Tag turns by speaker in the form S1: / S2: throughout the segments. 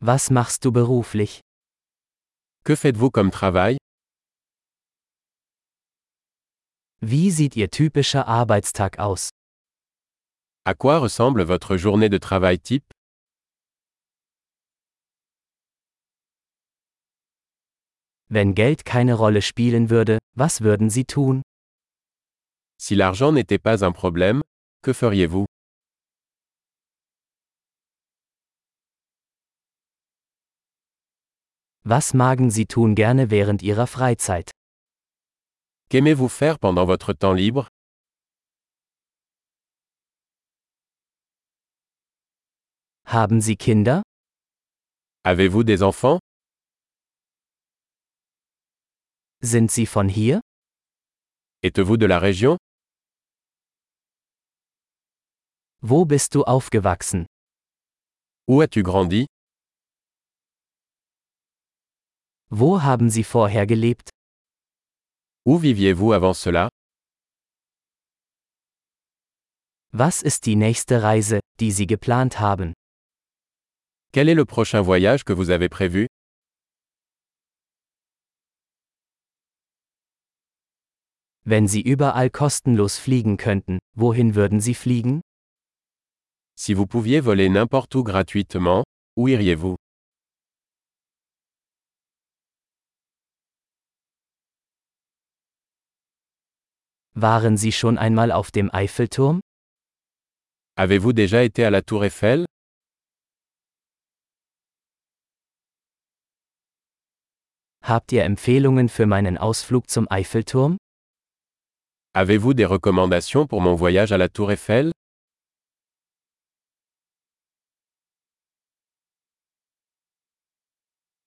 S1: Was machst du beruflich?
S2: Que faites-vous comme travail
S1: Wie sieht Ihr typischer Arbeitstag aus?
S2: À quoi ressemble votre journée de travail type
S1: Wenn Geld keine Rolle spielen würde, was würden Sie tun?
S2: Si l'argent n'était pas un problème, que feriez-vous
S1: Was magen Sie tun gerne während Ihrer Freizeit?
S2: Qu'aimez-vous faire pendant votre temps libre
S1: Haben Sie Kinder?
S2: Avez-vous des enfants
S1: Sind Sie von hier?
S2: Êtes-vous de la région
S1: Wo bist du aufgewachsen?
S2: Où as-tu grandi
S1: Wo haben Sie vorher gelebt?
S2: Où viviez-vous avant cela
S1: Was ist die nächste Reise, die Sie geplant haben?
S2: Quel est le prochain voyage que vous avez prévu
S1: Wenn Sie überall kostenlos fliegen könnten, wohin würden Sie fliegen?
S2: Si vous pouviez voler n'importe où gratuitement, où iriez-vous
S1: Waren Sie schon einmal auf dem Eiffelturm?
S2: Avez-vous déjà été à la Tour Eiffel
S1: Habt ihr Empfehlungen für meinen Ausflug zum Eiffelturm?
S2: Avez-vous des recommandations pour mon voyage à la Tour Eiffel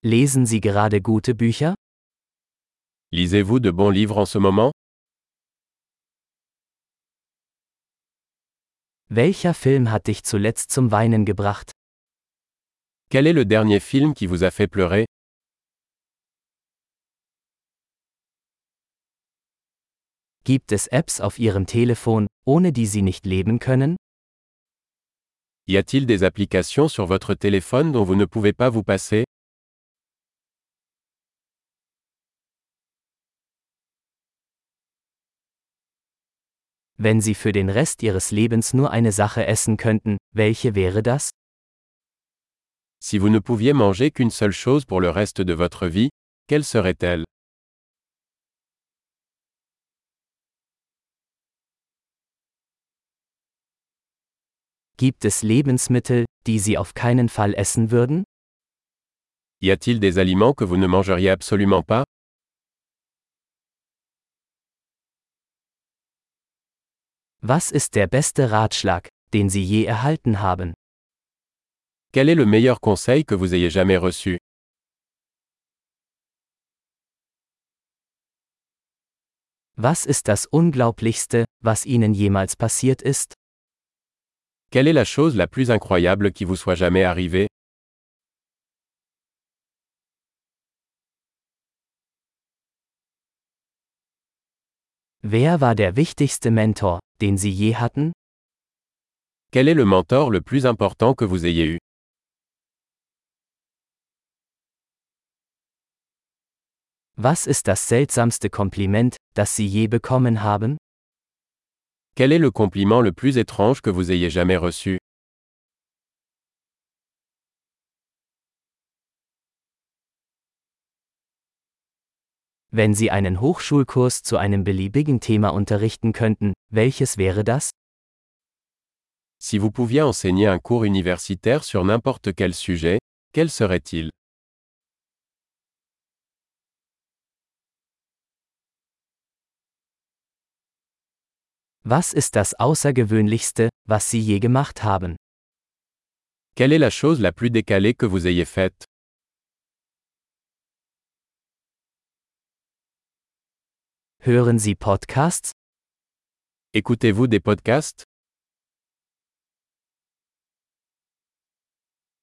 S1: Lesen Sie gerade gute Bücher?
S2: Lisez-vous de bons livres en ce moment
S1: Welcher Film hat dich zuletzt zum Weinen gebracht?
S2: Quel est le dernier film qui vous a fait pleurer
S1: Gibt es Apps auf Ihrem Telefon, ohne die Sie nicht leben können?
S2: Y a-t-il des applications sur votre téléphone dont vous ne pouvez pas vous passer
S1: Wenn Sie für den Rest Ihres Lebens nur eine Sache essen könnten, welche wäre das?
S2: Si vous ne pouviez manger qu'une seule chose pour le reste de votre vie, quelle serait-elle
S1: Gibt es Lebensmittel, die Sie auf keinen Fall essen würden?
S2: Y a-t-il des aliments que vous ne mangeriez absolument pas
S1: Was ist der beste Ratschlag, den Sie je erhalten haben?
S2: Quel est le meilleur conseil que vous ayez jamais reçu
S1: Was ist das Unglaublichste, was Ihnen jemals passiert ist?
S2: Quelle est la chose la plus incroyable qui vous soit jamais arrivée
S1: Wer war der wichtigste Mentor, den Sie je hatten?
S2: Quel est le mentor le plus important que vous ayez eu
S1: Was ist das seltsamste Kompliment, das Sie je bekommen haben?
S2: Quel est le compliment le plus étrange que vous ayez jamais reçu
S1: Wenn Sie einen Hochschulkurs zu einem beliebigen Thema unterrichten könnten, welches wäre das?
S2: Si vous pouviez enseigner un cours universitaire sur n'importe quel sujet, quel serait-il
S1: Was ist das Außergewöhnlichste, was Sie je gemacht haben?
S2: Quelle est la chose la plus décalée que vous ayez faite
S1: Hören Sie Podcasts?
S2: Écoutez-vous des podcasts